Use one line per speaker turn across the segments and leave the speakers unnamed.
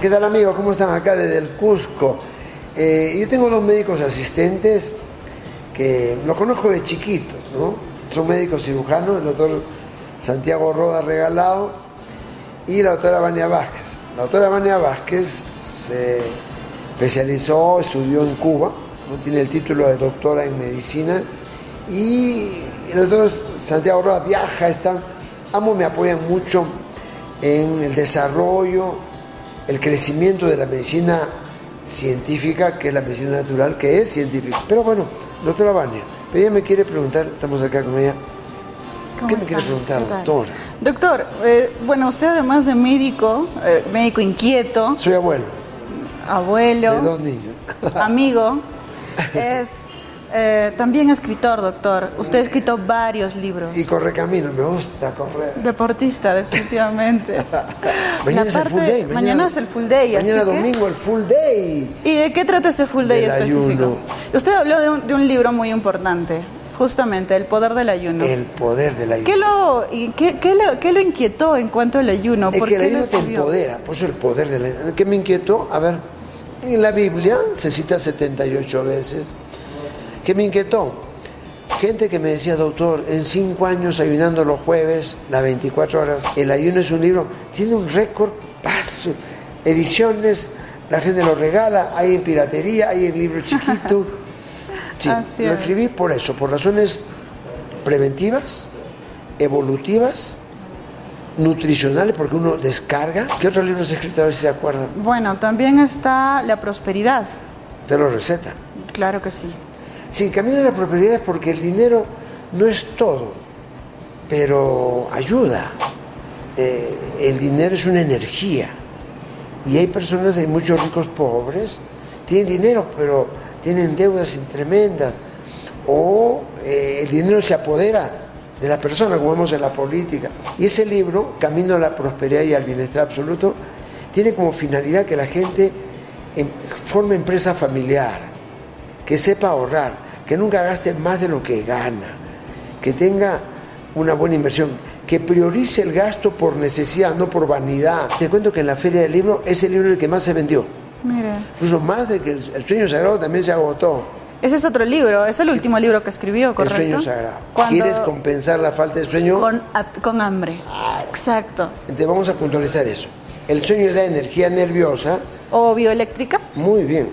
¿Qué tal amigos? ¿Cómo están acá desde el Cusco? Eh, yo tengo dos médicos asistentes que los conozco de chiquitos, ¿no? Son médicos cirujanos, el doctor Santiago Roda Regalado y la doctora Vania Vázquez. La doctora Vania Vázquez se especializó, estudió en Cuba, ¿no? tiene el título de doctora en medicina y el doctor Santiago Roda viaja, está, ambos me apoyan mucho en el desarrollo, el crecimiento de la medicina científica, que es la medicina natural, que es científica. Pero bueno, doctora Vania, ella me quiere preguntar, estamos acá con ella, ¿qué me
está?
quiere preguntar,
¿Qué tal?
doctora?
Doctor, eh, bueno, usted además de médico, eh, médico inquieto,
Soy abuelo de
abuelo,
dos niños.
amigo, es eh, también escritor, doctor. Usted ha escrito varios libros.
Y corre camino, me gusta correr.
Deportista, definitivamente.
Mañana
La
es el full
parte-
day.
mañana es el full day, así
Mañana
que-
domingo el full day.
¿Y de qué trata este full day
Del
específico?
ayuno.
Usted habló de un, de un libro muy importante, justamente, El poder del ayuno.
El poder del ayuno.
¿Qué lo, y qué, qué lo, qué lo inquietó en cuanto al ayuno?
Es
¿Por
que el
qué lo
ayuno te
escribió?
empodera, por eso el poder del ayuno. ¿Qué me inquietó? A ver, en la Biblia se cita 78 veces. ¿Qué me inquietó? Gente que me decía, doctor, en cinco años ayunando los jueves, las 24 horas, el ayuno es un libro, tiene un récord, paso, ediciones, la gente lo regala, hay en piratería, hay en libro chiquito. Sí,
Así
lo
es.
escribí por eso, por razones preventivas, evolutivas, nutricionales, porque uno descarga. ¿Qué otro libro se ha escrito? A ver si se acuerdan.
Bueno, también está la prosperidad.
Te lo receta.
Claro que sí.
Sí, camino a la prosperidad es porque el dinero no es todo, pero ayuda. Eh, el dinero es una energía. Y hay personas, hay muchos ricos pobres, tienen dinero, pero tienen deudas tremendas. O eh, el dinero se apodera de la persona, como vemos en la política. Y ese libro, Camino a la Prosperidad y al Bienestar Absoluto, tiene como finalidad que la gente em- forme empresa familiar, que sepa ahorrar, que nunca gaste más de lo que gana, que tenga una buena inversión, que priorice el gasto por necesidad, no por vanidad. Te cuento que en la Feria del Libro es el libro el que más se vendió.
Mire.
Incluso más de que el, el sueño sagrado también se agotó.
Ese es otro libro, es el último libro que escribió, ¿correcto?
El sueño sagrado.
Cuando-
¿Quieres compensar la falta de sueño?
con, ap- con hambre. Exacto.
Te vamos a puntualizar eso. El sueño da energía nerviosa.
O bioeléctrica.
Muy bien.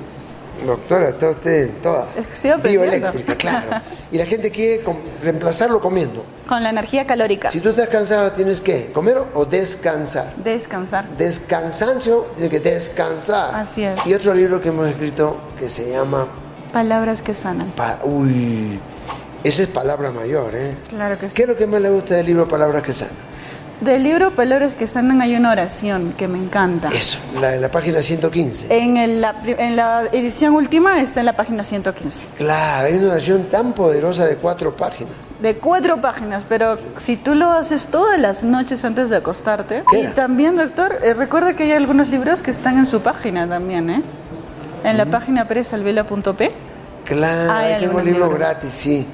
Doctora, está usted en todas.
Es que estoy aprendiendo.
Bioeléctrica, claro. Y la gente quiere com- reemplazarlo comiendo.
Con la energía calórica.
Si tú estás cansada, tienes que comer o descansar.
Descansar.
Descansancio, tienes que descansar.
Así es.
Y otro libro que hemos escrito que se llama.
Palabras que sanan.
Pa- Uy, esa es palabra mayor, ¿eh?
Claro que sí.
¿Qué es lo que más le gusta del libro Palabras que Sanan?
Del libro Palabras que sanan hay una oración que me encanta.
Eso, la, en la página 115.
En, el- la, pri- en la edición última está en la página 115.
Claro, hay una oración tan poderosa de cuatro páginas.
De cuatro páginas, pero si tú lo haces todas las noches antes de acostarte.
¿Qué?
Y también, doctor, eh, recuerda que hay algunos libros que están en su página también, ¿eh? En la página peresalvela.p.
Claro,
Hay
tengo
algunos
un libro
libros.
gratis, sí.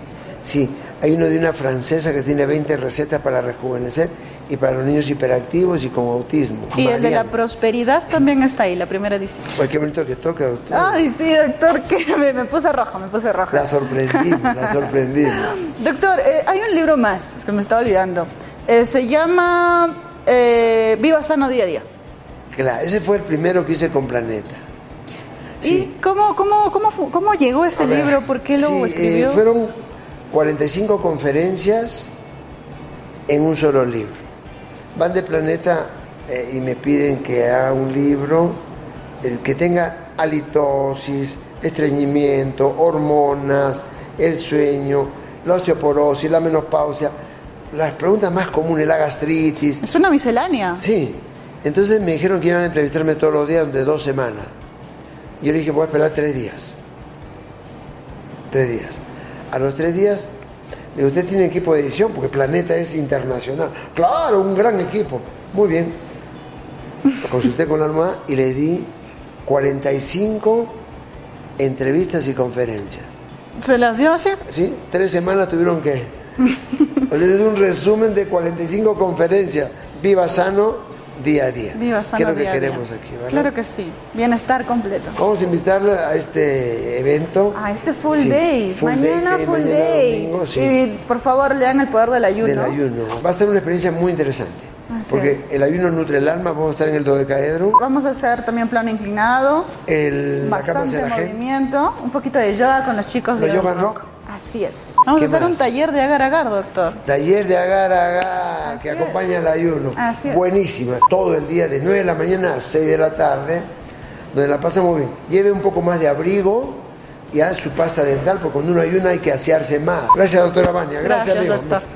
Sí, hay uno de una francesa que tiene 20 recetas para rejuvenecer y para los niños hiperactivos y con autismo.
Y el de la
Mariana.
prosperidad también está ahí, la primera edición.
Pues qué bonito que toca, doctor.
Ay, sí, doctor, que me, me puse roja, me puse roja.
La sorprendimos, la sorprendimos.
Doctor, eh, hay un libro más que me estaba olvidando. Eh, se llama eh, Viva Sano Día a Día.
Claro, ese fue el primero que hice con Planeta. Sí.
¿Y cómo, cómo, cómo, fu- cómo llegó ese
A ver,
libro? ¿Por qué lo
sí, eh,
escribió?
fueron 45 conferencias en un solo libro. Van de Planeta eh, y me piden que haga un libro eh, que tenga halitosis, estreñimiento, hormonas, el sueño, la osteoporosis, la menopausia, las preguntas más comunes, la gastritis.
Es una miscelánea.
Sí. Entonces me dijeron que iban a entrevistarme todos los días de dos semanas. Yo le dije, voy a esperar tres días. Tres días. A los tres días, le digo, usted tiene equipo de edición porque Planeta es internacional. Claro, un gran equipo. Muy bien. Lo consulté con la almohada y le di 45 entrevistas y conferencias.
¿Se las dio así?
¿Sí? Tres semanas tuvieron que. Les doy un resumen de 45 conferencias. Viva sano, día a día.
Viva
que es
sano
lo que
día a día.
queremos aquí, ¿verdad?
Claro que sí. Bienestar completo.
Vamos a invitarla a este evento.
A este full
Sí,
day.
full
mañana
day, que
full
mañana
day.
domingo, sí,
Y por favor lean el poder del ayuno.
del ayuno. Va a ser una experiencia muy interesante.
Así
porque
es.
el ayuno nutre el alma, vamos a estar en el dodecaedro,
Vamos a hacer también plano inclinado,
el, la cama
bastante
Serajé.
movimiento, un poquito de yoga con los chicos
Los
de
yoga
Old
rock.
Así es. Vamos
¿Qué
a hacer
más?
un taller de agar agar, doctor.
Taller de agar agar, que
Así es.
acompaña al ayuno.
Así es.
Buenísima, todo el día de 9 de la mañana a 6 de la tarde, donde la pasamos bien. Lleve un poco más de abrigo y haz su pasta dental, porque cuando uno ayuna hay que asearse más. Gracias, doctora Bania. Gracias,
Gracias,
Diego.
doctor.